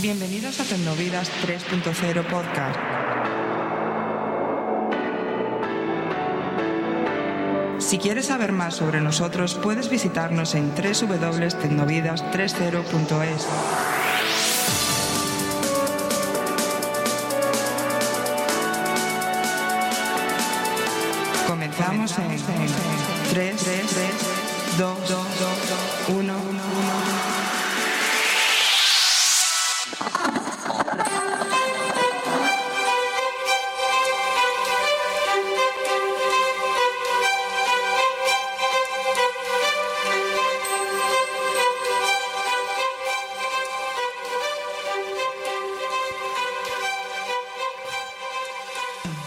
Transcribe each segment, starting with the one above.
Bienvenidos a Tecnovidas 3.0 Podcast. Si quieres saber más sobre nosotros, puedes visitarnos en www.tecnovidas30.es. Comenzamos en 3, 2, 1, 1.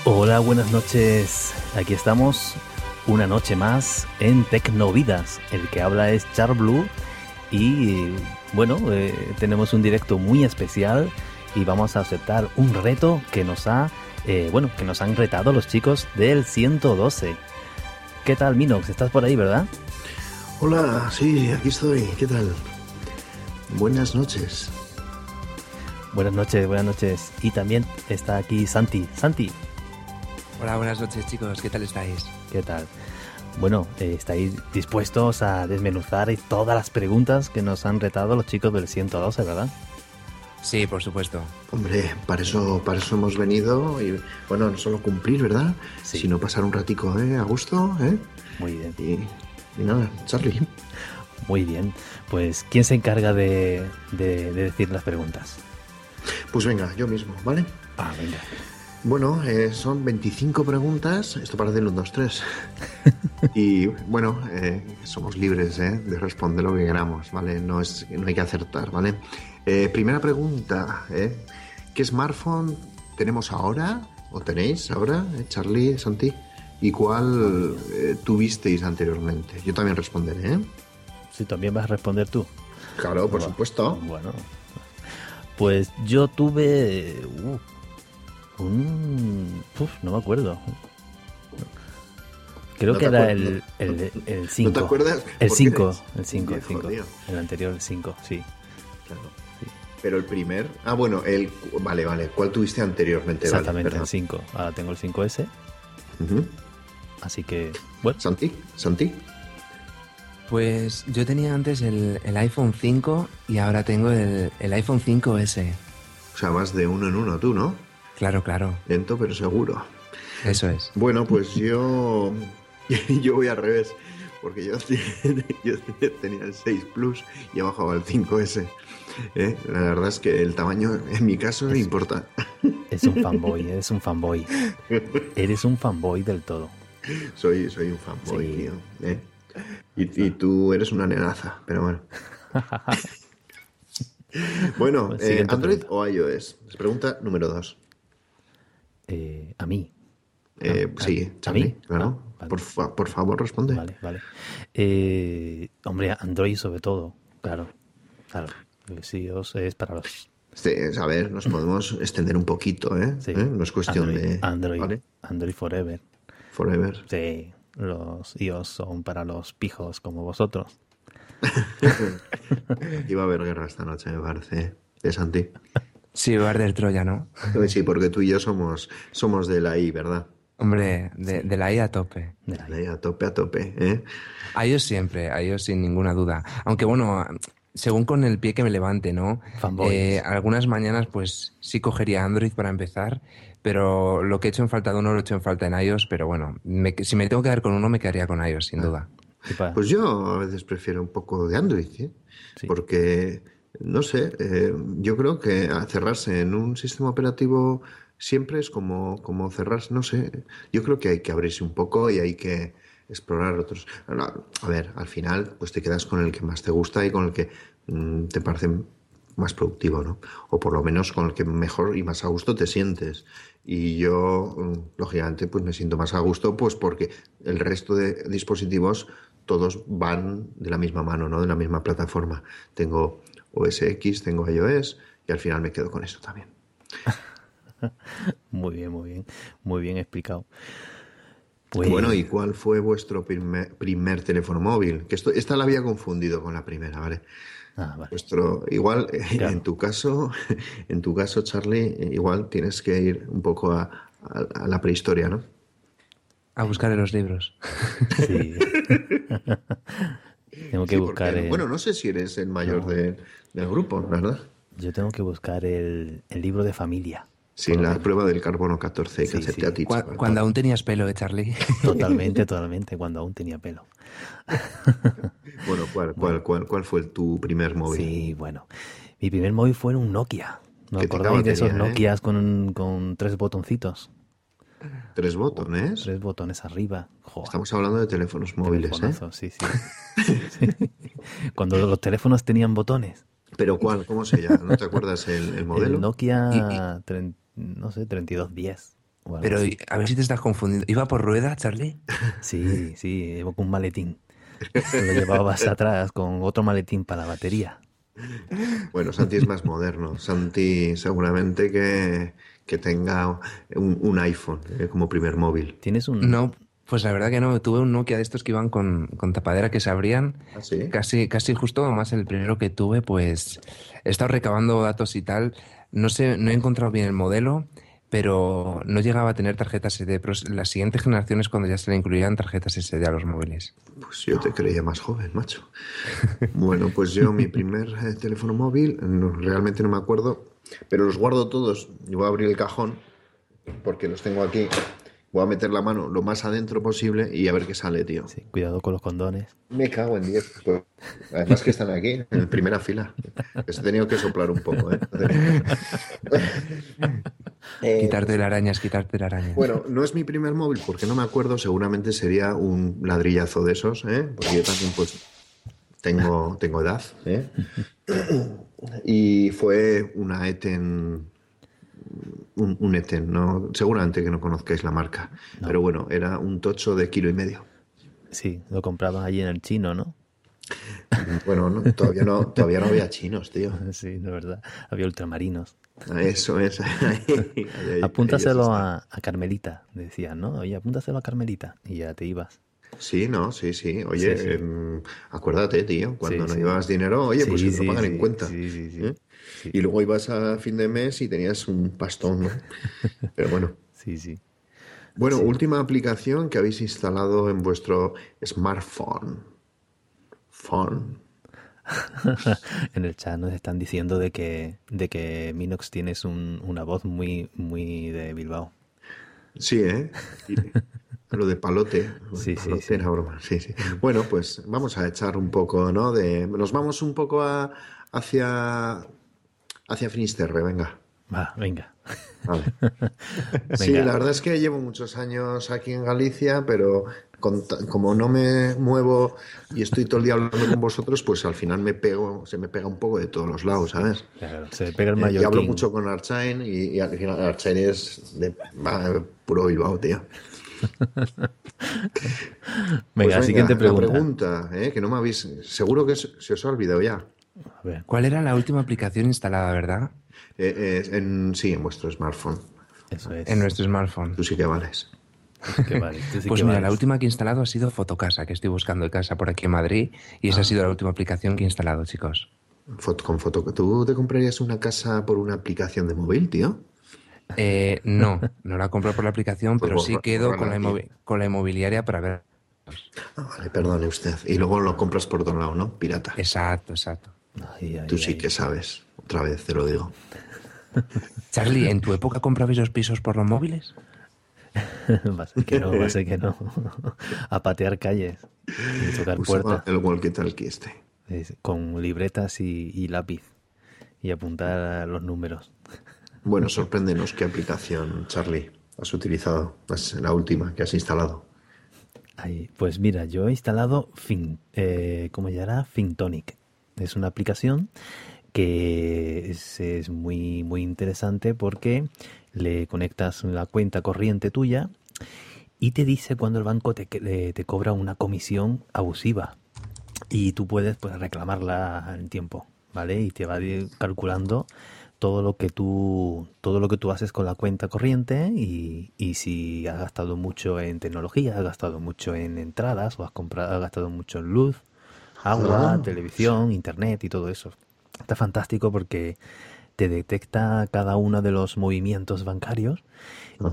Hola, buenas noches. Aquí estamos una noche más en Tecnovidas. El que habla es Char Blue y bueno, eh, tenemos un directo muy especial y vamos a aceptar un reto que nos ha eh, bueno, que nos han retado los chicos del 112. ¿Qué tal, Minox? ¿Estás por ahí, verdad? Hola, sí, aquí estoy. ¿Qué tal? Buenas noches. Buenas noches, buenas noches. Y también está aquí Santi. Santi, Hola, buenas noches chicos, ¿qué tal estáis? ¿Qué tal? Bueno, eh, ¿estáis dispuestos a desmenuzar todas las preguntas que nos han retado los chicos del 112, verdad? Sí, por supuesto. Hombre, para eso, para eso hemos venido y bueno, no solo cumplir, ¿verdad? Sí. Sino pasar un ratico, ¿eh? A gusto, ¿eh? Muy bien, Y, y nada, Charlie. muy bien. Pues, ¿quién se encarga de, de- de decir las preguntas? Pues venga, yo mismo, ¿vale? Ah, venga. Bueno, eh, son 25 preguntas, esto parece el 1, 2, 3. y bueno, eh, somos libres ¿eh? de responder lo que queramos, ¿vale? No, es, no hay que acertar, ¿vale? Eh, primera pregunta, ¿eh? ¿qué smartphone tenemos ahora o tenéis ahora, eh, Charlie, Santi? ¿Y cuál eh, tuvisteis anteriormente? Yo también responderé, ¿eh? Sí, también vas a responder tú. Claro, por Buah. supuesto. Bueno, pues yo tuve uh, un... uf, no me acuerdo. Creo No que te era acuer- el no- 5. el ¿No 5. te acuerdas? El Porque 5, eres el 5, el viejo, 5. tío. El anterior, el 5, sí. Claro. Sí. Pero el primer. Ah, bueno, el. Vale, vale. ¿Cuál tuviste anteriormente? Vale, Exactamente, perdón. el 5. Ahora tengo el 5S, Ujú. así que, bueno, Santi, Santi. Pues yo tenía antes el, el iPhone 5 y ahora tengo el, el iPhone 5S. O sea, vas de uno en uno tú, ¿no? Claro, claro, Lento pero seguro. eso es. Bueno, pues yo. yo voy al revés. Porque yo, yo tenía el 6 Plus y he bajado al 5S. ¿eh? La verdad es que el tamaño en mi caso no Es- importa. es un fanboy, eres un fanboy. Eres un fanboy del todo. Soy, soy un fanboy, Sí. tío. ¿eh? Y, y tú eres una nenaza, pero bueno. bueno, Pues, eh, siguiente ¿Android pregunta. o iOS? Pregunta número dos. Eh, a mí, Eh, Ah, ¿a sí, mí? Charlie, claro. Ah, vale. por, fa- por favor, responde. vale, vale. Eh, hombre, Android sobre todo, claro. Claro, sí, os es para los... Este, a ver, nos podemos extender un poquito, ¿eh? sí. ¿Eh? No es cuestión Android, de. Android, ¿vale? Android Forever. Forever. Sí, los iOS son para los pijos como vosotros. Iba a haber guerra esta noche, me parece. De Santi. Pues Sí, Bar del Troya, ¿no? Sí, porque tú y yo somos, somos de la I, ¿verdad? Hombre, de, de la I a tope. De la- De la I, a tope, a tope, ¿eh? A ellos siempre, a ellos sin ninguna duda. Aunque bueno, según con el pie que me levante, ¿no? Fanboys. Eh, algunas mañanas pues sí cogería Android para empezar, pero lo que he hecho en falta de uno lo he hecho en falta en iOS, pero bueno, me- si me tengo que quedar con uno me quedaría con iOS, sin duda. y para- Pues yo a veces prefiero un poco de Android, ¿eh? Sí. porque, no sé, eh, yo creo que a cerrarse en un sistema operativo siempre es como, como cerrarse, no sé, yo creo que hay que abrirse un poco y hay que, explorar otros. A ver, al final, pues te quedas con el que más te gusta y con el que mm, te parece más productivo, ¿no? O por lo menos con el que mejor y más a gusto te sientes. Y yo, mm, lógicamente, pues me siento más a gusto, pues porque el resto de dispositivos todos van de la misma mano, ¿no? De la misma plataforma. Tengo OS X, tengo iOS y al final me quedo con eso también. muy bien, muy bien, muy bien explicado. Pues... Bueno, ¿y cuál fue vuestro primer, primer teléfono móvil? Que esto, esta la había confundido con la primera, ¿vale? Ah, vale. Vuestro, igual claro. en tu caso, en tu caso, Charlie, eh, igual tienes que ir un poco a, a, a la prehistoria, ¿no? A buscar en los libros. Sí. tengo que sí, buscar. eh, Porque, el... Bueno, no sé si eres el mayor no. de, del grupo, ¿verdad? Yo tengo que buscar el, el libro de familia. Sí, la menos. prueba del carbono 14 que sí, hacerte sí. pues. a ti. Cuando, cuando aún tenías pelo, ¿eh, Charlie? Totalmente, totalmente, cuando aún tenía pelo. bueno, ¿cuál, cuál, cuál, cuál fue tu primer móvil? Sí, bueno, mi primer móvil fue un Nokia. ¿No acordáis de esos Nokias eh? con, con tres botoncitos? Tres botones. Tres botones arriba. Joder. Estamos hablando de teléfonos móviles, ¿eh? sí, sí. sí. Cuando los teléfonos tenían botones. ¿Pero cuál? ¿Cómo se llama? ¿No te acuerdas el, el modelo? El Nokia, y, y... no sé, 3210. Pero así. a ver si te estás confundiendo. ¿Iba por rueda, Charlie? Sí, sí, iba con un maletín. Lo llevabas atrás con otro maletín para la batería. Bueno, Santi es más moderno. Santi seguramente que, que tenga un, un iPhone eh, como primer móvil. ¿Tienes un...? No, pues la verdad que no. Tuve un Nokia de estos que iban con, con tapadera que se abrían. ¿Ah, sí? Casi, casi justo, más el primero que tuve, pues he estado recabando datos y tal. No sé, no he encontrado bien el modelo, pero no llegaba a tener tarjetas SD. Pero las siguientes generaciones cuando ya se le incluían tarjetas SD a los móviles. Pues yo te creía más joven, macho. bueno, pues yo mi primer eh, teléfono móvil, no, realmente no me acuerdo pero los guardo todos. Yo voy a abrir el cajón porque los tengo aquí. Voy a meter la mano lo más adentro posible y a ver qué sale, tío. Sí, cuidado con los condones. Me cago en 10. Además que están aquí, en primera fila. Les he tenido que soplar un poco. ¿eh? eh quitarte la araña, es quitarte la araña. pues Bueno, no es mi primer móvil porque no me acuerdo. Seguramente sería un ladrillazo de esos, ¿eh? porque yo también pues tengo, tengo edad. ¿eh? y fue una Eten un, un, Eten, ¿no? seguramente que no conozcáis la marca, no. pero bueno, era un tocho de kilo y medio. Sí, lo comprabas allí en el chino, ¿no? Bueno, no, todavía, no, todavía no había chinos, tío. Sí, de verdad, había ultramarinos. Eso es. apúntaselo a, a, Carmelita, decían, ¿no? Oye, apúntaselo a Carmelita y ya te ibas. Sí, no, sí, sí. Oye, sí, sí. Eh, acuérdate, tío, cuando sí, no llevabas dinero, oye, pues te lo pagan en cuenta. ¿eh? Y luego ibas a fin de mes y tenías un pastón, ¿no? Pero bueno. Sí, sí. Bueno, última aplicación que habéis instalado en vuestro smartphone. Phone. en el chat nos están diciendo de que, de que Minox tienes un, una voz muy, muy de Bilbao. Sí, ¿eh? Lo de palote. Sí, palote sí, sí. Era broma. sí, sí. Bueno, pues vamos a echar un poco, ¿no? De, nos vamos un poco a, hacia, hacia Finisterre, venga. Va, venga. Vale. venga. Sí, la verdad es que llevo muchos años aquí en Galicia, pero con, como no me muevo y estoy todo el día hablando con vosotros, pues al final me pego, se me pega un poco de todos los lados, ¿sabes? Claro, se pega el mayor. Eh, y hablo mucho con Archain y, y al final Archain es de, va, puro Bilbao, tío. venga, pues venga, siguiente pregunta. pregunta ¿eh? que no me habéis. Seguro que se os ha olvidado ya. A ver. ¿Cuál era la última aplicación instalada, verdad? Eh, eh, en, sí, en vuestro smartphone. Eso es. En nuestro smartphone. Tú sí que vales. Que vale, sí pues que mira, vales. la última que he instalado ha sido Fotocasa, que estoy buscando casa por aquí en Madrid, y esa ah. ha sido la última aplicación que he instalado, chicos. Foto, con foto, ¿Tú te comprarías una casa por una aplicación de móvil, tío? Eh, no, no la compro por la aplicación, pues pero por, sí quedo por, por, con, la con la, inmobiliaria para ver. Ah, vale, perdone usted. Y luego lo compras por otro lado, ¿no? Pirata. Exacto, exacto. Ay, ay, Tú sí ay, que sabes, otra vez te lo digo. Charlie, ¿en tu época comprabais los pisos por los móviles? va a ser que no, va a ser que no. a patear calles y tocar Pues Usaba puertas. El walkie-talkie este. Con libretas y, y, lápiz y apuntar a los números. Bueno, sorpréndenos qué aplicación, Charlie, has utilizado, es la última que has instalado. Ahí, pues mira, yo he instalado fin, eh, ¿cómo llamará? Fintonic. Es una aplicación que es, es muy, muy interesante porque le conectas la cuenta corriente tuya y te dice cuando el banco te, eh, te cobra una comisión abusiva y tú puedes pues, reclamarla en tiempo, ¿vale? Y te va calculando todo lo que tú todo lo que tú haces con la cuenta corriente y, y si has gastado mucho en tecnología, has gastado mucho en entradas o has comprado has gastado mucho en luz, agua, Ah. televisión, internet y todo eso. Está fantástico porque te detecta cada uno de los movimientos bancarios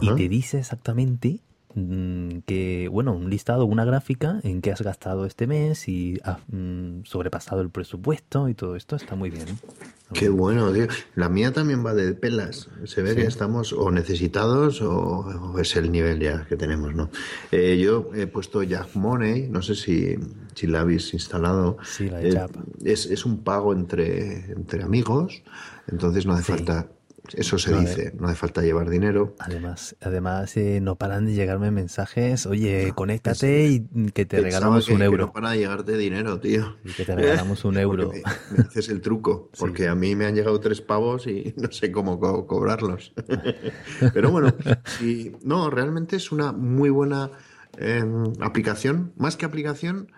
y Ajá. te dice exactamente mm, que, bueno, un listado, una gráfica en qué has gastado este mes y has mm, sobrepasado el presupuesto y todo esto está muy bien. ¿eh? Qué bueno, tío. La mía también va de pelas. Se ve que estamos o necesitados o, o es el nivel ya que tenemos, ¿no? Eh, yo he puesto Jack Money, no sé si, si la habéis instalado. Sí, la de Eh, Jap. es, es un pago entre, entre amigos, entonces no hace Sí. falta, eso se No, eh. dice, no hace falta llevar dinero. Además, además eh, no paran de llegarme mensajes, oye, conéctate y mm, que te Ah, Pensaba regalamos que- un que euro. no para de llegarte dinero, tío. Y que te regalamos un Porque euro. Me, me haces el truco, porque a mí me han llegado tres pavos y no sé cómo co- cobrarlos. Pero bueno, sí, no, realmente es una muy buena eh, aplicación. Más que aplicación,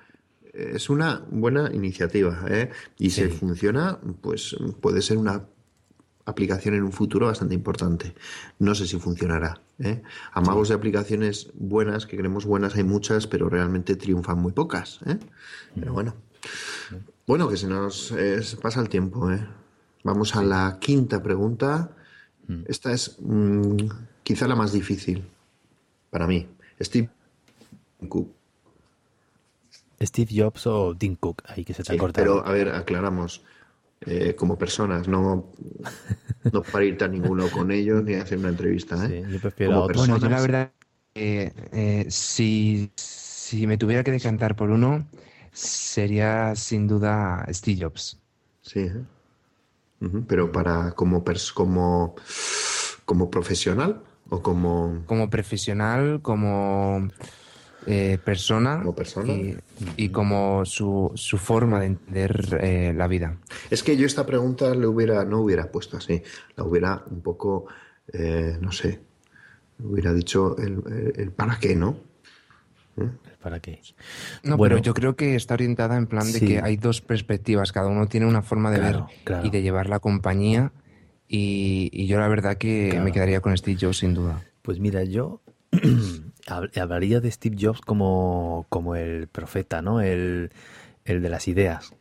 eh, es una buena iniciativa. ¿eh? Y si Sí. funciona, pues puede ser una aplicación en un futuro bastante importante. No sé si funcionará. ¿eh? Amagos de aplicaciones buenas, que creemos buenas, hay muchas, pero realmente triunfan muy pocas. ¿eh? Pero bueno. Bueno, que se nos eh, se pasa el tiempo. ¿eh? Vamos a la quinta pregunta. Esta es mm, quizá la más difícil para mí. Steve Cook. Steve Jobs o Tim Cook, ahí que se te ha Sí, cortado. pero a ver, aclaramos. eh, como personas, no, no para irte a ninguno con ellos ni hacer una entrevista. ¿eh? Sí, yo prefiero Como a otro. Bueno, yo la personas. verdad, eh, eh, si, si me tuviera que decantar por uno, sería sin duda Steve Jobs. Sí, ¿eh? Ujú, Pero para como pers- como como profesional o como Como profesional, como eh, persona, Como persona. Y, y como su, su forma de entender eh, la vida. es que yo esta pregunta le hubiera no hubiera puesto así, la hubiera un poco eh, no sé, hubiera dicho el, el- el para qué, ¿no? ¿Para qué? No, Bueno. pero yo creo que está orientada en plan de Sí. que hay dos perspectivas, cada uno tiene una forma de Claro, ver claro. y de llevar la compañía. Y, y yo la verdad que Claro. me quedaría con Steve Jobs sin duda. Pues mira, yo hab- hablaría de Steve Jobs como, como el profeta, ¿no? El, el de las ideas.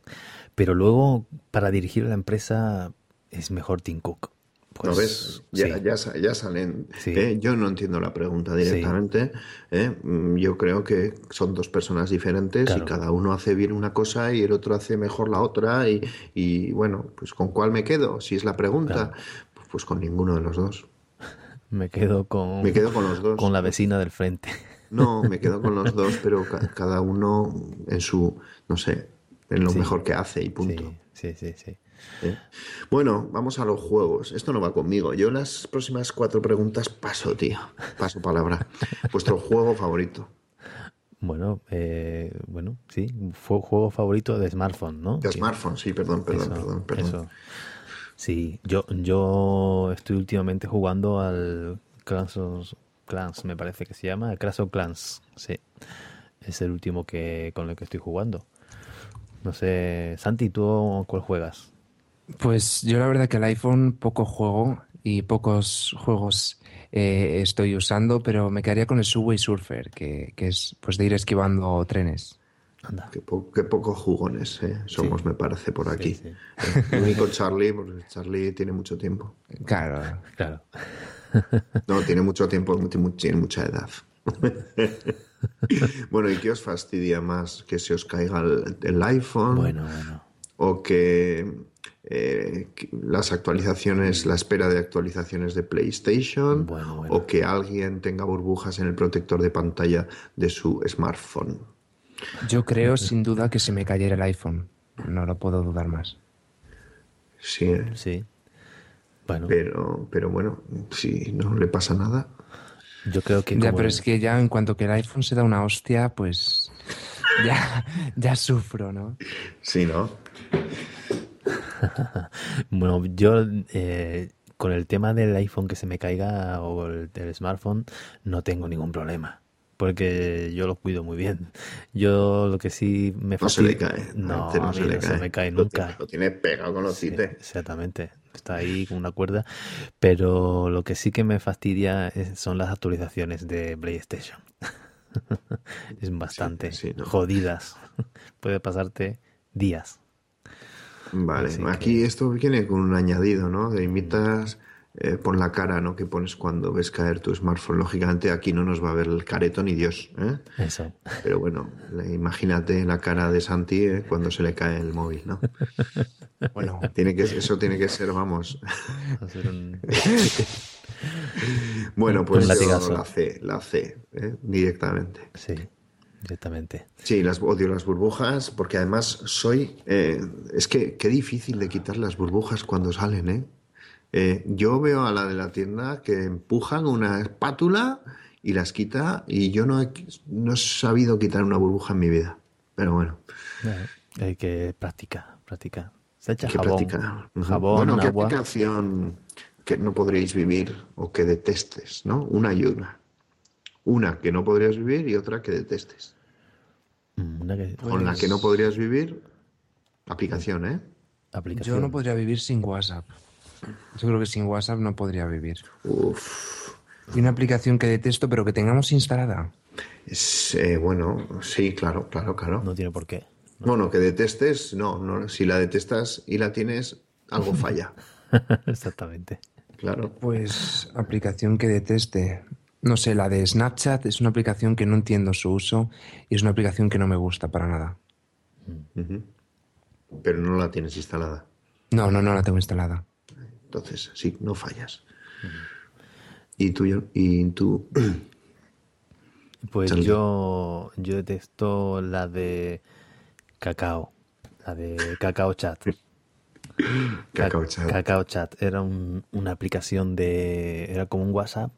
Pero luego, para dirigir la empresa, es mejor Tim Cook. Pues, ¿No ves? Ya, sí. ya sa- ya salen. Sí. ¿eh? Yo no entiendo la pregunta directamente. ¿eh? Mm, Yo creo que son dos personas diferentes Claro. y cada uno hace bien una cosa y el otro hace mejor la otra. Y, y, bueno, pues ¿con cuál me quedo? Si es la pregunta, pues, pues con ninguno de los dos. Me quedo con, Me quedo con los dos. con la vecina del frente. No, me quedo con los dos, pero ca- cada uno en su, no sé, en lo Sí. mejor que hace y punto. Sí, sí, sí, sí. ¿eh? Bueno, vamos a los juegos. Esto no va conmigo. Yo las próximas cuatro preguntas paso, tío. Paso palabra. Vuestro juego favorito. Bueno, eh, bueno, sí. Fue juego favorito de smartphone, ¿no? De Sí. smartphone, sí, perdón, perdón, Eso, perdón, perdón. eso. Sí, yo, yo estoy últimamente jugando al Clans of Clans, me parece que se llama. el Clash of Clans, sí. Es el último que con el que estoy jugando. No sé, Santi, ¿tú cuál juegas? Pues yo la verdad que el iPhone poco juego y pocos juegos eh, estoy usando, pero me quedaría con el Subway Surfer, que, que es pues de ir esquivando trenes. Anda. Qué, po- qué pocos jugones eh, somos, me parece, por aquí. sí. El único Charlie, porque Charlie tiene mucho tiempo. Claro. Claro. No, tiene mucho tiempo, mu- mu- tiene mucha edad. bueno, ¿y qué os fastidia más? ¿Que se os caiga el, el iPhone? Bueno, bueno. o que, eh, que las actualizaciones, la espera de actualizaciones de PlayStation, Bueno, bueno. o que alguien tenga burbujas en el protector de pantalla de su smartphone. Yo creo sin duda que se me cayera el iPhone. No lo puedo dudar más. Sí, ¿eh? Sí. Bueno, pero, pero bueno, si no le pasa nada. Yo creo que. Ya, como pero el- es que ya en cuanto que el iPhone se da una hostia, pues ya, ya sufro, ¿no? Sí, ¿no? Bueno, yo eh, con el tema del iPhone que se me caiga o el, el smartphone no tengo ningún problema. Porque yo lo cuido muy bien. Yo lo que sí me No se le fastidia- cae. No, Este a mí no se me cae Lo nunca. tiene- Lo tiene pegado con los Sí, tites. exactamente. Está ahí con una cuerda. Pero lo que sí que me fastidia es- son las actualizaciones de PlayStation. es bastante sí, ¿no? jodidas. Puede pasarte días. Vale, Así aquí que- esto viene con un añadido, ¿no? De imitas eh, por la cara, ¿no? Que pones cuando ves caer tu smartphone. Lógicamente aquí no nos va a ver el careto ni Dios, ¿eh? Eso. Pero bueno, le- imagínate la cara de Santi eh, cuando se le cae el móvil, ¿no? Bueno, Tiene que, eso tiene que ser, vamos. Hacer un- Bueno, pues Un yo latigazo. la C, la C, ¿eh? directamente. Sí, directamente. Sí, las, odio las burbujas porque además soy... eh, es que qué difícil de quitar las burbujas cuando salen, ¿eh? Eh, Yo veo a la de la tienda que empujan una espátula y las quita y yo no he, no he sabido quitar una burbuja en mi vida. Pero bueno, Bueno, Hay que practicar, practicar. Se echa hay que jabón, practicar. Ujú. jabón, Bueno, ¿qué agua. aplicación que no podréis vivir o que detestes, ¿no? Una y una. Una que no podrías vivir y otra que detestes. Mm, Una que- Con la que Pues no podrías vivir, aplicación, ¿eh? aplicación. yo no podría vivir sin WhatsApp. Yo creo que sin WhatsApp no podría vivir. Uf, Y una aplicación que detesto, pero que tengamos instalada. es, eh, bueno, sí, claro, claro, claro. No tiene por qué. Bueno, que detestes, no, no, si la detestas y la tienes, algo falla. Exactamente. Claro. Pues aplicación que deteste. No sé, la de Snapchat es una aplicación que no entiendo su uso y es una aplicación que no me gusta para nada. Ujú. Pero no la tienes instalada. No, no, no la tengo instalada. Entonces, sí, no fallas. Y tú, Jon- y tú, Pues Charlie. yo, yo detesto la de Cacao, la de Cacao Chat. Cacao Chat. Cacao Chat era un- una aplicación de, era como un WhatsApp.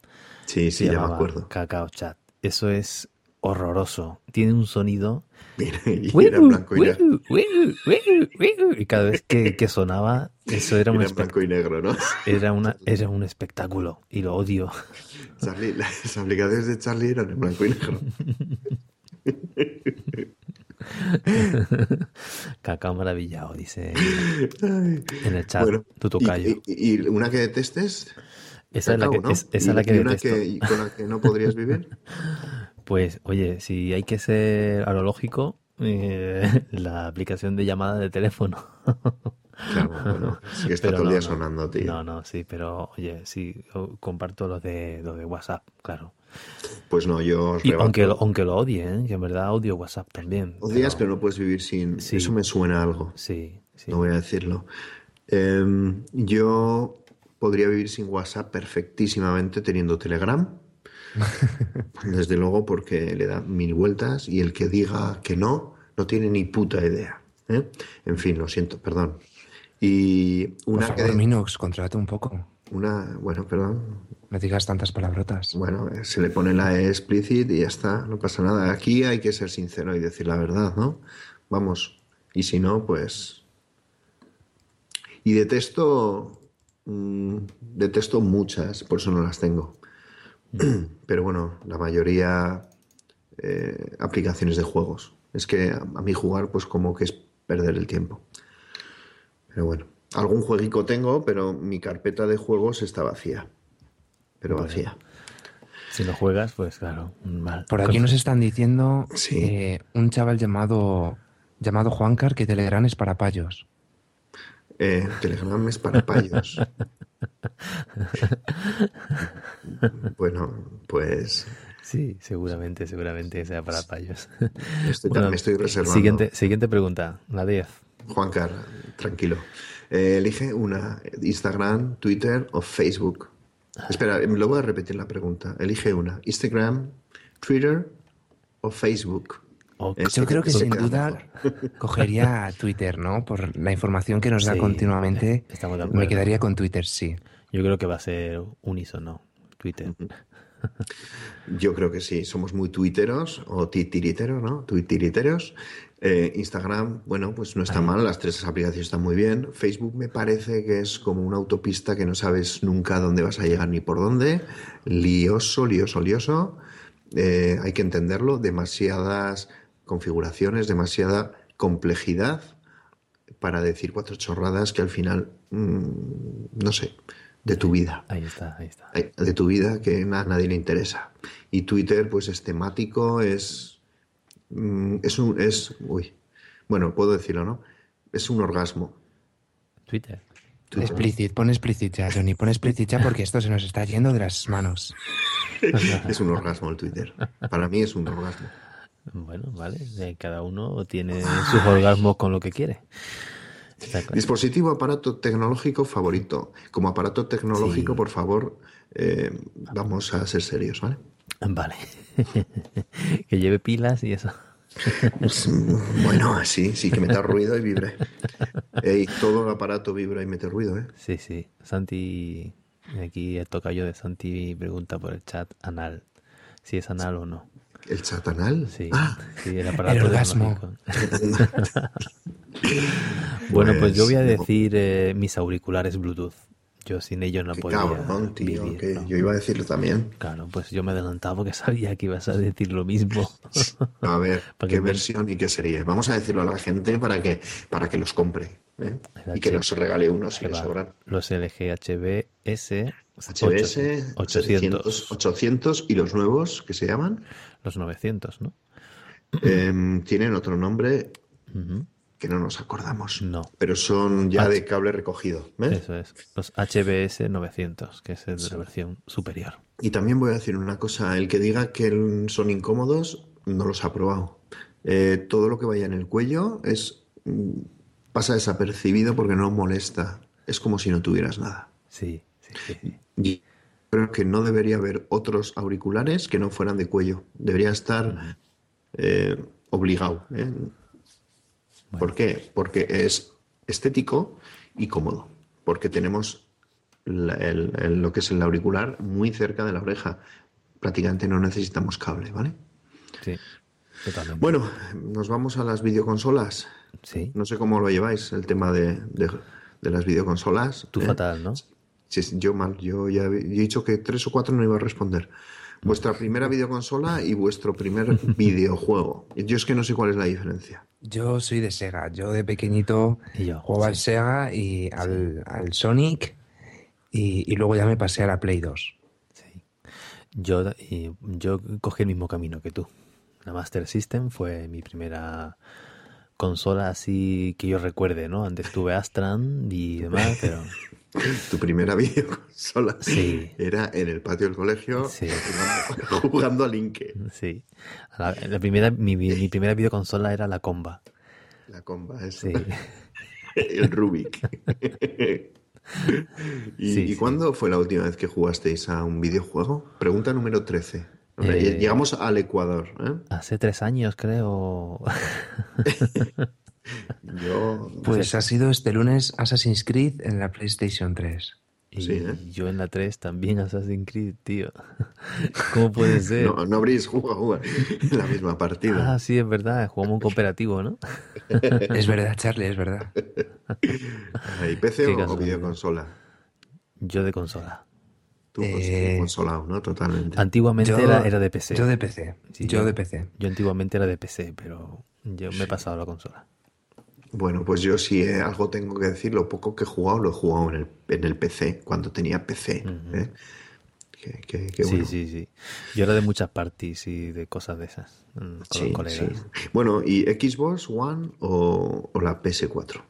Sí, se sí, ya me llamaba acuerdo. Cacao Chat. Eso es horroroso. Tiene un sonido Mira, y era Wiu, blanco y ne- wiu, wiu, wiu, wiu. Y cada vez que, que sonaba, eso era un, era blanco y negro, ¿no? espect- era, una, era un espectáculo y lo odio. Charlie, las aplicaciones de Charlie eran en blanco y negro. Cacao maravillado, dice Ay. en el chat. Bueno, tu y- tocayo. y- y una que detestes, esa es la que, Cacao, ¿no? es- esa ¿Y- es la que y una detesto. y con la que no podrías vivir. Pues, oye, si hay que ser a lo lógico, eh, la aplicación de llamada de teléfono. Claro, bueno, sí que está Pero todo el no, día no. sonando, tío. No, no, sí, pero oye, sí, o- comparto los de, los de WhatsApp, claro. Pues no, yo os Y rebato. aunque, lo- aunque lo odie, ¿eh? que en verdad odio WhatsApp también. Odias, pero- pero no puedes vivir sin. Sí. Eso me suena a algo. Sí, sí. No voy a decirlo. Em, yo podría vivir sin WhatsApp perfectísimamente teniendo Telegram. Desde luego, porque le da mil vueltas y el que diga que no, no tiene ni puta idea. ¿eh? En fin, lo siento, perdón. Y Por una favor, que. Minox, contrólate un poco. Una, bueno, perdón, No digas tantas palabrotas. Bueno, eh, se le pone la E explicit y ya está, no pasa nada. Aquí hay que ser sincero y decir la verdad, ¿no? Vamos, y si no, pues... Y detesto... mm, detesto muchas, por eso no las tengo. Pero bueno, la mayoría eh, aplicaciones de juegos. Es que a, a mí jugar, pues como que es perder el tiempo. Pero bueno, algún jueguico tengo, pero mi carpeta de juegos está vacía. Pero Bueno. vacía. Si no juegas, pues claro, mal. Por aquí nos están diciendo Sí. eh, un chaval llamado, llamado Juancar que Telegram es para payos. Eh, Telegram es para payos. bueno, pues Sí, seguramente, seguramente sea para payos. estoy- Bueno, Este me estoy reservando. Siguiente, siguiente pregunta, la 10. Juan Carlos, tranquilo. Eh, elige una, Instagram, Twitter o Facebook. Espera, eh, lo voy a repetir la pregunta. Elige una, Instagram, Twitter o Facebook. Ok. Eso Yo creo que se sin Este queda duda cogería a Twitter, ¿no? Por la información que nos da continuamente. eh, estamos de acuerdo. Me quedaría con Twitter, sí. Yo creo que va a ser unísono, Twitter. Yo creo que sí, somos muy tuiteros o titiriteros, ¿no? Tuitiriteros. Eh, Instagram, bueno, pues no está mal, las tres aplicaciones están muy bien. Facebook me parece que es como una autopista que no sabes nunca dónde vas a llegar ni por dónde. Lioso, lioso, lioso. Eh, hay que entenderlo, demasiadas configuraciones, demasiada complejidad para decir cuatro chorradas que al final, mm, no sé, de tu vida. Ahí está, ahí está. De tu vida que a nadie le interesa. Y Twitter, pues es temático, es. mm, Es un. Es, uy. Bueno, puedo decirlo, ¿no? Es un orgasmo. Twitter. Explicit, pon explicit ya, Johnny, pon explicit ya porque esto se nos está yendo de las manos. Es un orgasmo el Twitter. Para mí es un orgasmo. Bueno, vale. eh, Cada uno tiene Ah, sus orgasmos con lo que quiere. Está claro. Dispositivo aparato tecnológico favorito. Como aparato tecnológico, Sí. por favor, eh, vamos a ser serios, ¿vale? Vale. que lleve pilas y eso. Pues, mm, bueno, sí, sí que meta ruido y vibre. Ey, todo el aparato vibra y mete ruido, ¿eh? Sí, sí. Santi, aquí el tocayo de Santi pregunta por el chat anal. Si es anal o no. El chatanal. Sí, Ah, sí, el aparato orgasmo. tecnológico. bueno, pues yo voy a no. decir eh, mis auriculares Bluetooth. Yo sin ellos no qué podía cabrón, tío. vivir, que ¿no? Yo iba a decirlo también. Claro, pues yo me adelantaba porque sabía que ibas a decir lo mismo. A ver, Para que qué invent- versión y qué serie. Vamos a decirlo a la gente para que, para que los compre ¿eh? y que Exacto. nos regale uno si Que les va, sobran. Los LG HBS 800, HBS 800. 800 y los nuevos que se llaman los 900, ¿no? em, tienen otro nombre Ujú, que no nos acordamos. No. Pero son ya Ah, de cable recogido. ¿eh? Eso es. Los HBS 900, que es el de la versión superior. Y también voy a decir una cosa, el que diga que el- son incómodos, no los ha probado. Eh, todo lo que vaya en el cuello es mm, pasa desapercibido porque no molesta. Es como si no tuvieras nada. Sí, sí, sí, sí. Y creo que no debería haber otros auriculares que no fueran de cuello. Debería estar eh, obligado. ¿eh? ¿Por qué? Porque es estético y cómodo. Porque tenemos la- el- el- lo que es el auricular muy cerca de la oreja. Prácticamente no necesitamos cable, ¿vale? Sí, totalmente. Bueno, nos vamos a las videoconsolas. sí. No sé cómo lo lleváis el tema de, de- de las videoconsolas. Tú ¿eh? fatal, ¿no? Sí, sí, yo mal, yo ya he yo he dicho que tres o cuatro no iba a responder. Vuestra primera videoconsola y vuestro primer videojuego. Yo es que no sé cuál es la diferencia. Yo soy de Sega, yo de pequeñito Y yo, jugaba al Sega y al, al Sonic y, y luego ya me pasé a la Play 2. Sí. Yo, y yo cogí el mismo camino que tú. La Master System fue mi primera consola así que yo recuerde, ¿no? Antes tuve Astran y demás, pero Tu primera videoconsola Sí. era en el patio del colegio Sí. jugando a Link, sí. La, la primera, mi, mi- mi primera videoconsola era la Comba. la comba esa, Sí. el Rubik. ¿Y, Sí, y sí. cuándo fue la última vez que jugasteis a un videojuego? Pregunta número 13. Hombre, Eh, Llegamos al Ecuador. ¿eh? Hace tres años, creo. Yo Pues ha sido este lunes Assassin's Creed en la PlayStation 3. Y Sí, ¿eh? yo en la 3 también Assassin's Creed, tío. ¿Cómo puede ser? No, no habréis jugado en la misma partida. Ah, sí, es verdad, jugamos un cooperativo, ¿no? Es verdad, Charlie, es verdad. ¿Y PC Ah, qué o- o, casualidad. videoconsola? Yo de consola. Tú Eh, consola consolado, ¿no? Totalmente. Antiguamente Yo- era, era de PC. Yo de PC, Sí, yo de PC. Yo antiguamente era de PC, pero yo me he pasado a la consola. Bueno, pues yo si eh, algo tengo que decir, lo poco que he jugado lo he jugado en el, en el PC, cuando tenía PC. ¿eh? Que- que- que sí, bueno. sí, sí. Yo era de muchas parties y de cosas de esas. mm, Con Sí, los colegas. sí. Bueno, ¿y Xbox One o, o la PS4?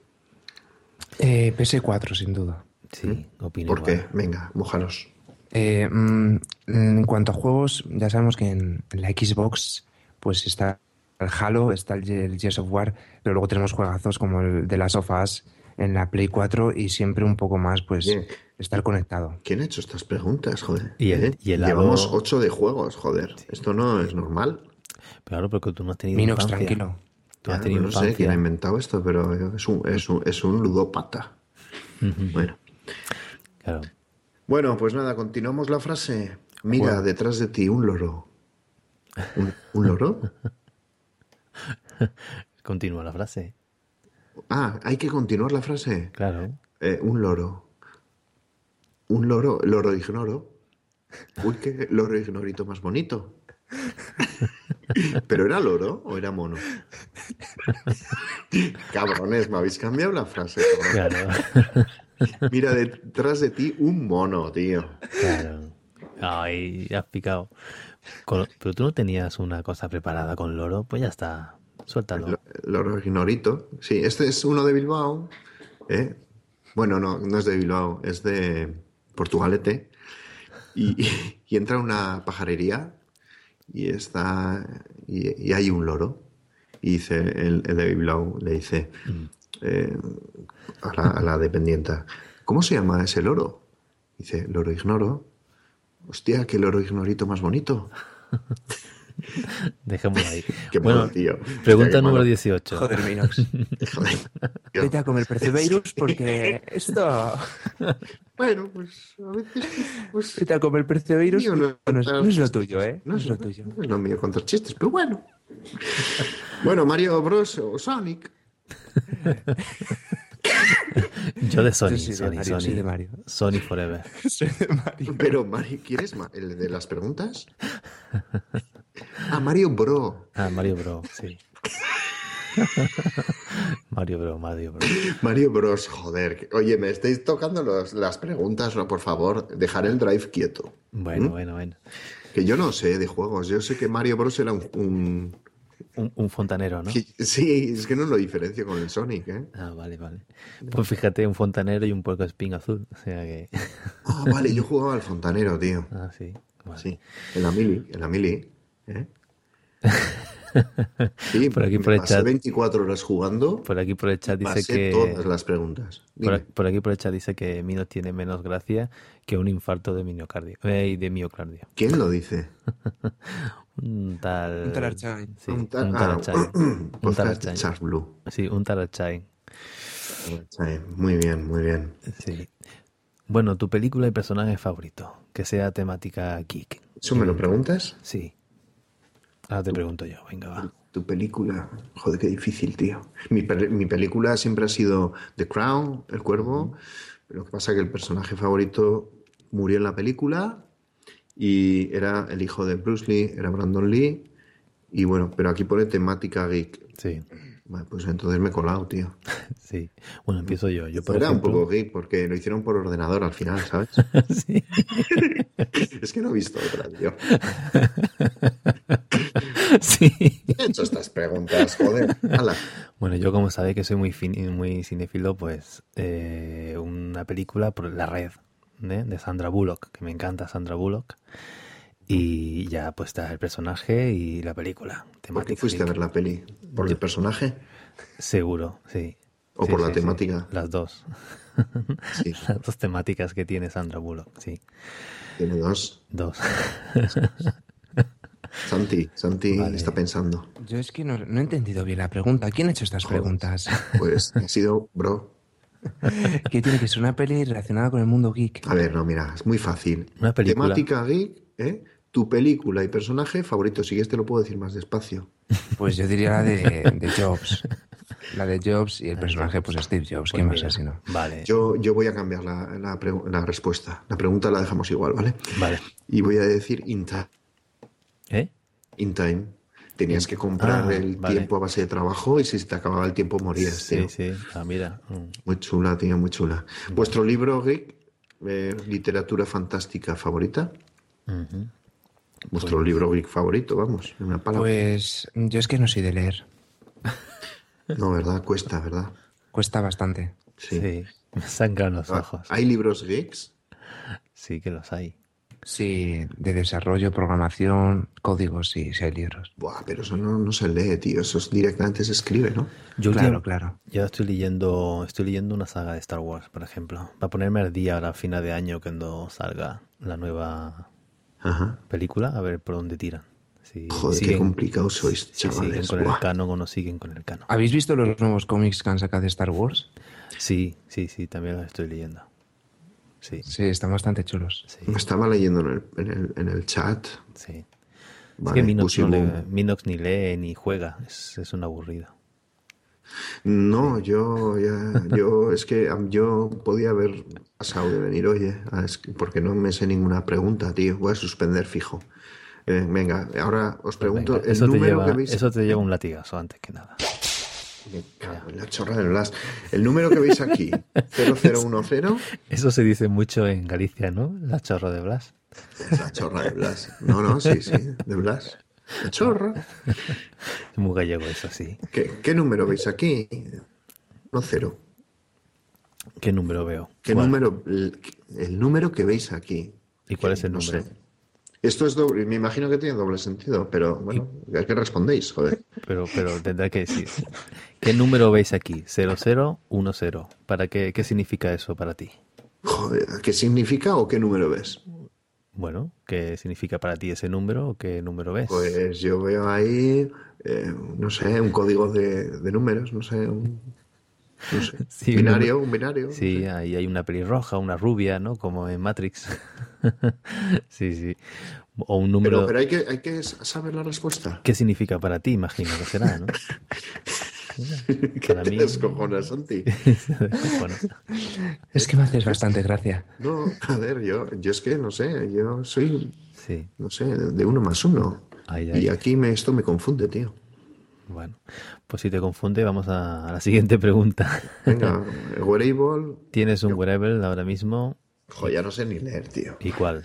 Eh, PS4, sin duda. Sí, opino ¿Mm? ¿Por qué? igual. Venga, mojaros. Eh, mm, en cuanto a juegos, ya sabemos que en la Xbox pues está el Halo, está el, Ge- el Gears of War, pero luego tenemos juegazos como el de las sofás en la Play 4 y siempre un poco más pues Bien. estar conectado. ¿Quién ha hecho estas preguntas, joder? Y el- ¿Eh? y el Halo- Llevamos ocho de juegos, joder. Esto no es normal. Pero claro, porque tú no has tenido Minox, infancia. tranquilo. Tú has Ya, tenido Ah, no sé quién ha infancia. inventado esto, pero es un, es un, es un ludópata. Bueno. Claro. bueno, pues nada, continuamos la frase. Mira detrás de ti un loro. ¿Un, un loro? Continúa la frase. Ah, hay que continuar la frase. Claro. Eh, un loro. Un loro, loro ignoro. Uy, qué loro ignorito más bonito. ¿Pero era loro o era mono? Cabrones, me habéis cambiado la frase. cabrón. Claro. Mira detrás de ti un mono, tío. claro. Ay, has picado. Con- Pero tú no tenías una cosa preparada con loro, pues ya está. Suéltalo. Lo- Loro Ignorito. Sí, este es uno de Bilbao. ¿eh? Bueno, no, no es de Bilbao, es de Portugalete. Y, y- y entra a una pajarería y está y, y hay un loro. Y dice el, el de Bilbao, le dice eh, a, la, a la dependienta, ¿cómo se llama ese loro? Dice, loro ignoro. Hostia, qué loro ignorito más bonito. Dejémoslo ahí. Qué bueno, mono, tío. Hostia, pregunta qué mono. número 18. Joder, Minox. Joder, tío. Vete a comer Perseverus porque esto. Bueno, pues a veces pues, Vete a comer Perseverus. Mío, No, no. es, no es lo tuyo, ¿eh? no es lo tuyo. tuyo, no es lo mío contar chistes, pero bueno. Bueno, Mario Bros o Sonic. Yo de Sony, Yo soy Sony, de Mario, soy Sony. de Mario. Sony Forever. Soy de Mario. Pero Mario, ¿quieres ma- el de las preguntas? Ah, Mario Bro. Ah, Mario Bro, sí. Mario Bro, Mario Bro. Mario Bros, joder. que- Oye, me estáis tocando los- las preguntas, no, por favor, dejar el drive quieto. ¿Mm? Bueno, bueno, bueno. Que yo no sé de juegos, yo sé que Mario Bros era un... un- Un, un fontanero, ¿no? que- sí, es que no lo diferencio con el Sonic, ¿eh? Ah, vale, vale. Pues fíjate, un fontanero y un puerco espín azul. O sea que. Ah, vale, yo jugaba al fontanero, tío. Ah, sí. Vale. Sí, en la mili, en la mili. ¿eh? Sí, Por aquí, me por el pasé chat. 24 horas jugando, Por aquí por el chat dice pasé que. todas las preguntas. Dime. Por, por aquí por el chat dice que Mino tiene menos gracia que un infarto de miocardio. eh, de miocardio. ¿Quién lo dice? Un tal. Un tal Archai. Sí, Un un tal- ah, tarachai. un Podcast de tarachai. Charles Blue. Sí, un tarachai. Sí, muy bien, muy bien. Sí. Bueno, tu película y personaje favorito, que sea temática geek. ¿Eso Mm. me lo preguntas? Sí. Ahora te pregunto yo, venga, va. Tu película. Joder, qué difícil, tío. Mi, pel- mi película siempre ha sido The Crown, El Cuervo. Lo que pasa es que el personaje favorito murió en la película y era el hijo de Bruce Lee, era Brandon Lee. Y bueno, pero aquí pone temática geek. Sí, Bueno, Pues entonces me he colado, tío. sí. Bueno, empiezo yo. Yo, por Era un ejemplo- poco geek porque lo hicieron por ordenador al final, ¿sabes? Sí. es que no he visto otra, tío. Sí. ¿Quién ha hecho estas preguntas? Joder. Hala. Bueno, yo como sabéis que soy muy, fin- muy cinéfilo, pues eh, una película por La Red, ¿eh? de Sandra Bullock, que me encanta Sandra Bullock. Y ya pues está el personaje y la película. ¿Por qué temática fuiste a geek. ver la peli? ¿Por el personaje? Seguro, sí. ¿O Sí, por la sí, sí. temática? Las dos. Sí, Las dos temáticas que tiene Sandra Bullock, sí. tiene dos. Dos. Pues Santi, Santi Vale. está pensando. Yo es que no, no he entendido bien la pregunta. ¿Quién ha hecho estas Joder. preguntas? Pues ha sido, bro. Que tiene que ser una peli relacionada con el mundo geek. A ver, no, mira, es muy fácil. Una película. Temática geek, ¿eh? Tu película y personaje favorito. Si quieres, te lo puedo decir más despacio. Pues yo diría la de, de Jobs. La de Jobs y el personaje, pues Steve Jobs. ¿Qué Pues más mira, así, no? Vale, Yo, yo voy a cambiar la, la pregu- la respuesta. La pregunta la dejamos igual, ¿vale? vale. Y voy a decir in, ti- ¿Eh? in time. Tenías que comprar Ah, el vale. tiempo a base de trabajo y si se te acababa el tiempo morías, Sí, tío. sí. Ah, mira. mm. Muy chula, tío, muy chula. ¿Vuestro libro geek, eh, literatura fantástica favorita? Ujú. Vuestro Pues, libro geek favorito, vamos, en una palabra. Pues yo es que no soy de leer. No, ¿verdad? Cuesta, ¿verdad? Cuesta bastante. Sí. Sí. Me sangran los Ah, ojos. ¿Hay libros geeks? Sí que los hay. Sí, de desarrollo, programación, códigos y si hay libros. Buah, pero eso no, no se lee, tío. Eso es- directamente se escribe, ¿no? Yo claro, últim- claro. Yo estoy leyendo, estoy leyendo una saga de Star Wars, por ejemplo. Para ponerme al día ahora a final de año cuando salga la nueva Ajá. película, a ver por dónde tiran. Si Joder, qué siguen, complicado sois, si siguen chavales. con el Buah. canon o no siguen con el canon. ¿Habéis visto los nuevos cómics que han sacado de Star Wars? Sí, sí, sí, también los estoy leyendo. Sí, Sí, están bastante chulos. sí, Estaba leyendo en el, en el, en el chat. sí. Es Vale, que Minox, no Pusimu. le- Minox ni lee ni juega, es, es un aburrido. No, yo ya, yo es que am, yo podía haber pasado de venir, oye, a es- porque no me sé ninguna pregunta, tío. Voy a suspender fijo. Eh, venga, ahora os pregunto Pues Venga, el eso, te número lleva, que veis. eso te lleva un latigazo antes que nada. Me cago en la chorra del Blas. El número que veis aquí, 0010, Eso se dice mucho en Galicia, ¿no? La chorro de Blas. es la chorra de Blas. No, no, sí, sí, de Blas. La chorra. Es muy gallego eso, sí. ¿Qué, qué número veis aquí? No cero. ¿Qué número veo? ¿Qué ¿Cuál? número? El, el número que veis aquí. ¿Y cuál es el No número? sé. Esto es doble, me imagino que tiene doble sentido, pero bueno, ¿a qué respondéis? Joder. Pero, pero tendrá que decir. ¿Qué número veis aquí? 0010. ¿Para qué, qué significa eso para ti? Joder, ¿qué significa o qué número ves? Bueno, ¿qué significa para ti ese número o qué número ves? Pues yo veo ahí, eh, no sé, un código de, de números, no sé, un, no sé, Sí, un binario, un binario. Sí, ahí hay una pelirroja, una rubia, ¿no? Como en Matrix. sí, sí. O un número. Pero, pero hay, que, hay que saber la respuesta. ¿Qué significa para ti? Imagino que será, ¿no? ¿Qué para te mí- descojonas, Santi? bueno, Es que me haces bastante gracia. No, a ver, yo, yo es que no sé, yo soy, sí. no sé, de uno más uno. Ay, ay. Y aquí me, esto me confunde, tío. Bueno, pues si te confunde, vamos a, a la siguiente pregunta. Venga, el wearable. Tienes un wearable ahora mismo. Jo, ya no sé ni leer, tío. ¿Y cuál?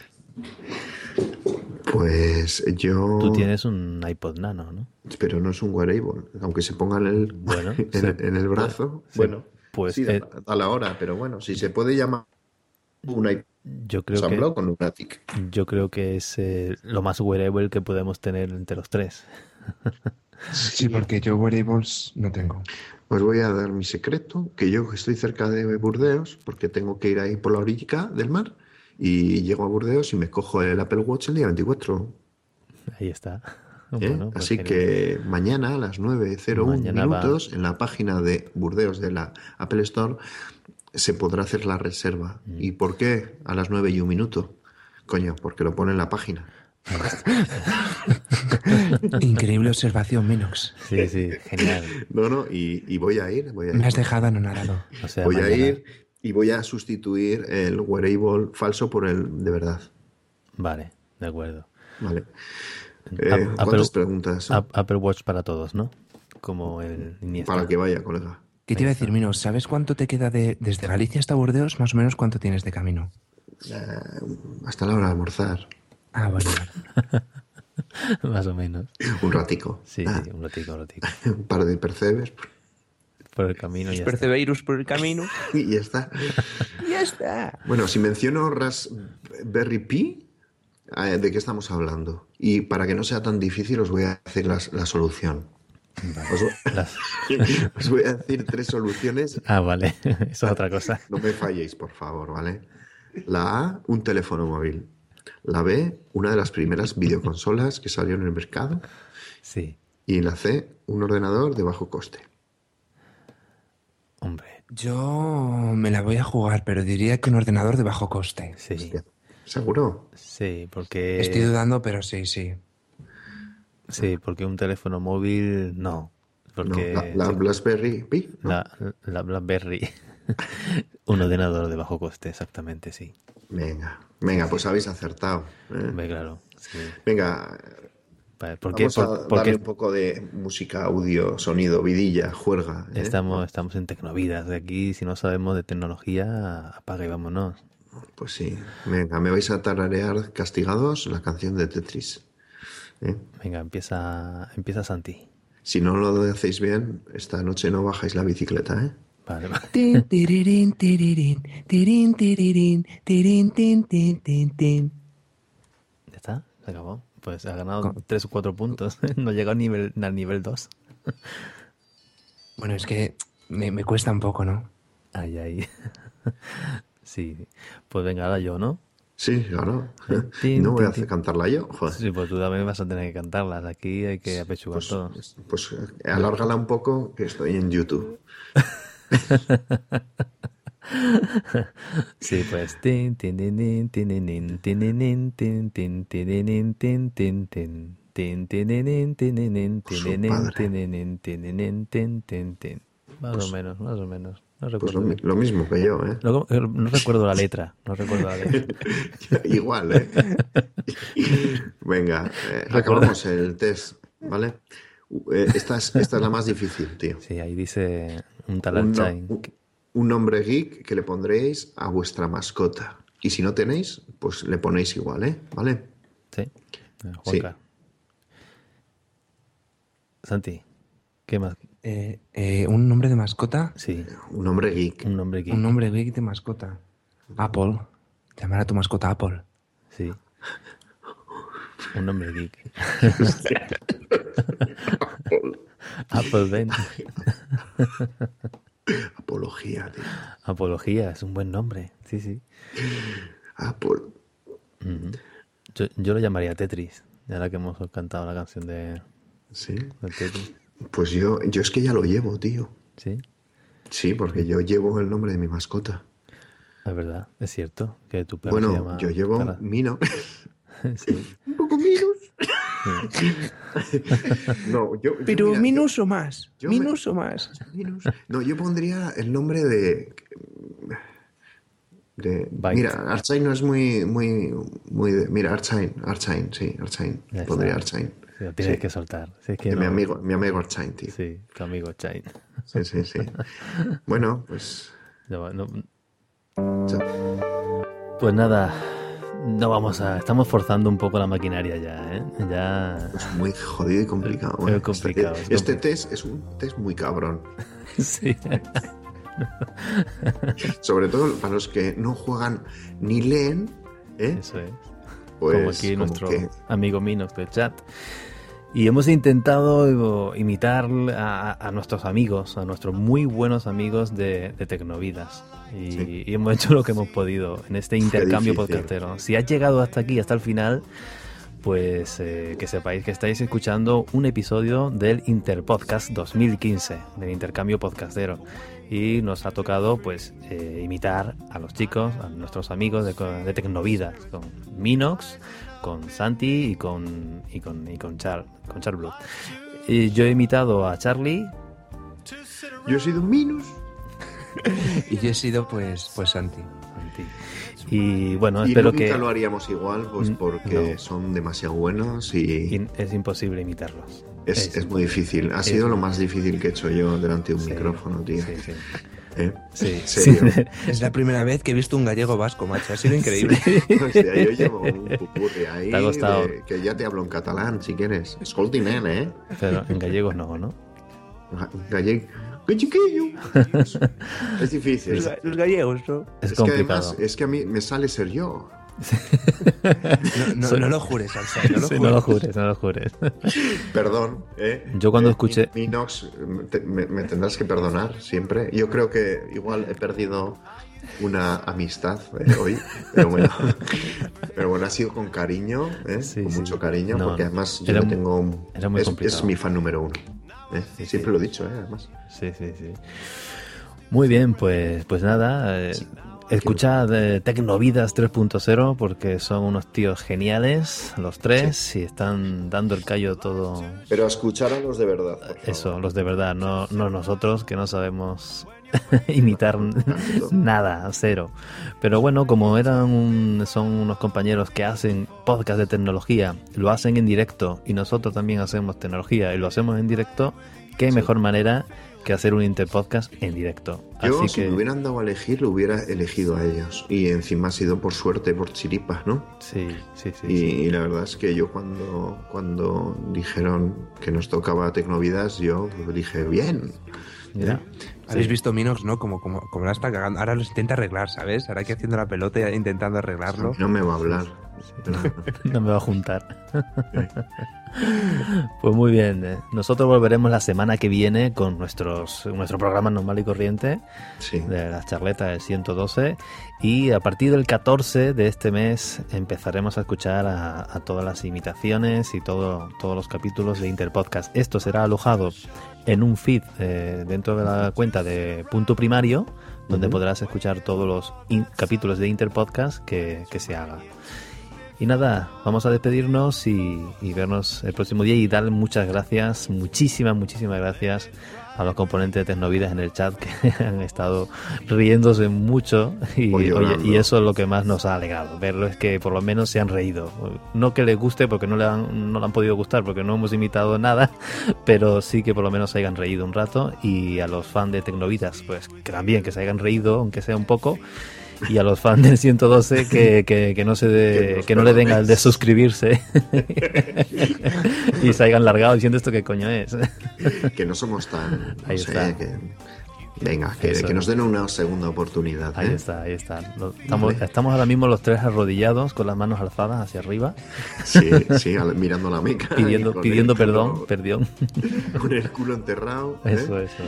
Pues yo. Tú tienes un iPod Nano, ¿no? Pero no es un wearable. Aunque se ponga en el, Bueno, en, se- en el brazo. se- bueno, pues, sí, eh, a, a la hora, pero bueno, si se puede llamar un iPhone Yo creo que, con un Matic. yo creo que es eh, lo más wearable que podemos tener entre los tres. Sí, porque yo wearables no tengo. Os Pues voy a dar mi secreto, que yo estoy cerca de Burdeos, porque tengo que ir ahí por la orilla del mar, y llego a Burdeos y me cojo el Apple Watch el día 24. Ahí está. ¿eh? Bueno, pues Así genial. que mañana a las 9.01 Mañana va. minutos en la página de Burdeos de la Apple Store se podrá hacer la reserva. Mm. ¿Y por qué a las 9 y un minuto? Coño, porque lo pone en la página. Increíble observación, Minox. Sí, sí, genial. No, no, y, y voy a ir, voy a ir, Me has dejado anonadado. O sea, voy a mañana- ir y voy a sustituir el wearable falso por el de verdad. Vale, de acuerdo. Vale. Ah, Eh, ah, ¿Cuántas pero- preguntas? Ap- Apple Watch para todos, ¿no? Como el este. Iniesta. Para que vaya, colega. ¿Qué te iba a decir, Minox? ¿Sabes cuánto te queda de, desde Galicia hasta Burdeos? Más o menos cuánto tienes de camino. Hasta la hora de almorzar. Ah, vale. vale. Más o menos. Un ratico. Sí, Ah, sí, un ratico, un ratico. un par de percebes Por el camino ya está. Perseverus por el camino. y ya está. ya está. Bueno, si menciono Raspberry Pi, eh, ¿de qué estamos hablando? Y para que no sea tan difícil, os voy a decir las- la, solución. Os, vo- Las- os voy a decir tres soluciones. Ah, vale. Eso es otra cosa. No me falléis, por favor, ¿vale? La A, un teléfono móvil. La B, una de las primeras videoconsolas que salieron en el mercado. Sí, Y la C, un ordenador de bajo coste. hombre. Yo me la voy a jugar, pero diría que un ordenador de bajo coste. Sí, ¿Seguro? sí, porque... Estoy dudando, pero sí, sí. Sí, porque un teléfono móvil no. No, Porque la, la Raspberry Pi. ¿no? la- la BlackBerry. un ordenador de bajo coste, exactamente, sí. Venga, venga, pues habéis acertado. ¿eh? Hombre, claro. sí. Venga, Pa- ¿Por qué? vamos a Por- darle porque un poco de música, audio, sonido, vidilla, juerga. ¿eh? estamos, estamos en Tecnovidas. de Aquí, si no sabemos de tecnología, apaga y vámonos. Pues sí, venga, me vais a tararear castigados la canción de Tetris. ¿eh? Venga, empieza, empieza Santi. Si no lo hacéis bien, esta noche no bajáis la bicicleta, ¿eh? Vale, vale. Tin, tirirín, tirirín, tirín, tirirín, tirín, tin, tin, tin, tin. ¿Ya está? ¿Se acabó? Pues ha ganado 3 o 4 puntos. No ha llegado ni nivel, al nivel 2. Bueno, es que me, me cuesta un poco, ¿no? Ay, ay. Sí. Pues venga, ahora yo, ¿no? Sí, claro. Tin, No voy a tin, tin. hacer cantarla yo, joder. Sí, pues tú también vas a tener que cantarlas. Aquí hay que apechugar Pues, todo. pues, eh, alárgala un poco, que estoy en YouTube. Sí, pues. tin, tin, tin, tin, tin, tin, tin, tin, tin, tin, tin, tin, tin, tin, tin. Tin, tin, tin, tin, tin, tin, Pues su tin, padre. tin, tin, tin, tin, tin, tin, tin. Más o menos, más o menos. No Pues lo, recuerdo. mi- bien. lo mismo que yo, ¿eh? No, no recuerdo la letra. No recuerdo la letra. Igual, ¿eh? Venga, eh, Me acuerdo. acabamos el test, ¿vale? Uh, eh, Esta es, esta es la más difícil, tío. Sí, ahí dice un tal Un, no- Archain. un- un nombre geek que le pondréis a vuestra mascota. Y si no tenéis, pues le ponéis igual, ¿eh? ¿Vale? Sí, eh, Juanca. Santi, ¿qué más? Eh, eh, ¿Un nombre de mascota? Sí, Un nombre geek. un nombre aquí. Un nombre geek de mascota. Apple. Llamar a tu mascota Apple. Sí. Un nombre geek. Apple Ben. Apología, tío. Apología, es un buen nombre. Sí, sí. Apol- Ujú. Yo, yo lo llamaría Tetris, ahora que hemos cantado la canción de, Sí. de Tetris. Pues yo, yo es que ya lo llevo, tío. Sí, Sí, porque yo llevo el nombre de mi mascota. es verdad, es cierto que tu perro se llama. Bueno, yo llevo Tara. Mino. Sí, Un poco Minus. no, yo, yo, Pero mira, yo- minus o más. yo me- minus o más. Minus. No, yo pondría el nombre de. de- Byte. mira, Archain no es muy. muy, muy de- mira, Archain, Archain, sí, Archain. Ya está. Pondría Archain. sí, lo tienes Sí. que soltar. Si es que De mi no- amigo, mi amigo Archain, tío. Sí, tu amigo Chain. Sí, sí, sí. bueno, pues. No, no- chao. pues nada, no vamos a. Estamos forzando un poco la maquinaria ya, ¿eh? Ya. Es muy jodido y complicado. Es ¿eh? Este- complicado, es Este, test es un test muy cabrón. Sí. Sobre todo para los que no juegan ni leen. ¿eh? Eso es. Pues, como aquí nuestro que- amigo Minox del chat. Y hemos intentado imitar a, a nuestros amigos, a nuestros muy buenos amigos de, de Tecnovidas. Y, Sí. y hemos hecho lo que hemos podido en este intercambio difícil. podcastero. Si has llegado hasta aquí, hasta el final, pues eh, que sepáis que estáis escuchando un episodio del Interpodcast 2015, del intercambio podcastero. Y nos ha tocado pues eh, imitar a los chicos, a nuestros amigos de, de Tecnovidas, con Minox, con Santi y con, y con, y con Char, con Char Blue. Y yo he imitado a Charlie, Yo he sido un Minus. Y yo he sido pues, pues Santi. Santi. y bueno, Y espero nunca que lo haríamos igual, pues Mm, porque no. son demasiado buenos y y es imposible imitarlos. es, es muy difícil. Ha es- sido lo más difícil que he hecho yo delante de un Sí, micrófono, tío. sí, sí. ¿Eh? Sí, Serio. sí. Es la primera vez que he visto un gallego vasco, macho. Ha sido increíble. O sea, yo llevo un pupurri ahí Te ha costado. de- que ya te hablo en catalán, si quieres. Escolti, nen, ¿eh? Pero en gallegos no, ¿no? Ga- Gallego. ¡Qué chiquillo! Es, es difícil. Los, ga- los gallegos, ¿no? Es, que complicado. además, es que a mí me sale ser yo. No, no- Soy- no lo jures, Alsa, no lo Sí, jures. no lo jures, no lo jures. Perdón, ¿eh? Yo cuando Eh, escuché- Mi, Minox, te- me, me tendrás que perdonar siempre. Yo creo que igual he perdido una amistad eh, hoy, pero bueno. Pero bueno, ha sido con cariño, ¿eh? Sí, con sí. mucho cariño, No, porque no. además yo Era le mu- tengo... un- era muy es, complicado. es mi fan número uno. ¿eh? Sí, siempre sí. lo he dicho, ¿eh? además. Sí, sí, sí. Muy bien, pues, pues nada. eh, Escuchad eh, Tecnovidas 3.0 porque son unos tíos geniales, los tres, y están dando el callo todo Pero a escuchar a los de verdad, por favor. eso, los de verdad, no, no nosotros que no sabemos imitar nada, cero. Pero bueno, como eran un- son unos compañeros que hacen podcast de tecnología, lo hacen en directo y nosotros también hacemos tecnología y lo hacemos en directo, qué mejor manera que hacer un interpodcast en directo. Yo, Así si que me hubieran dado a elegir, lo hubiera elegido a ellos. Y encima ha sido por suerte, por chiripas, ¿no? sí, sí, sí. Y, sí. y la verdad es que yo cuando, cuando dijeron que nos tocaba Tecnovidas, yo dije, bien. ¿eh? Mira, Habéis visto Minox, ¿no? Como, como, como la está cagando. Ahora los intenta arreglar, ¿sabes? Ahora que haciendo la pelota e intentando arreglarlo. No me va a hablar. no me va a juntar. Pues muy bien, eh. nosotros volveremos la semana que viene con nuestros nuestro programa normal y corriente. Sí. de las charletas del 112 y a partir del 14 de este mes empezaremos a escuchar a, a todas las imitaciones y todo, todos los capítulos de Interpodcast. Esto será alojado en un feed eh, dentro de la cuenta de punto primario donde podrás escuchar todos los in- capítulos de Interpodcast que, que se haga. Y nada, vamos a despedirnos y, y vernos el próximo día y dar muchas gracias, muchísimas, muchísimas gracias a los componentes de Tecnovidas en el chat que han estado riéndose mucho y, O oye, llorando. y eso es lo que más nos ha alegrado, verlo es que por lo menos se han reído. No que les guste porque no le han, no le han podido gustar porque no hemos imitado nada, pero sí que por lo menos se hayan reído un rato y a los fans de Tecnovidas pues que también que se hayan reído aunque sea un poco y a los fans del 112 que, que, que no se Que de, nos que no le den al de perdonéis. suscribirse y se hayan largado diciendo esto que coño es Que no somos tan. no Ahí sé, está. que- venga, que, Eso. que nos den una segunda oportunidad. ahí ¿eh? está ahí está Lo- estamos, Vale. estamos ahora mismo los tres arrodillados con las manos alzadas hacia arriba Sí, sí, al- mirando la meca. y pidiendo con pidiendo el perdón culo- perdón ¿Eh? Con el culo enterrado. ¿eh? eso eso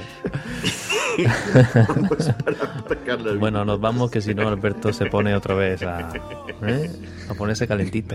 Vamos para aparcar la bueno bici. nos vamos que si no Alberto se pone otra vez a, ¿eh? a ponerse calentito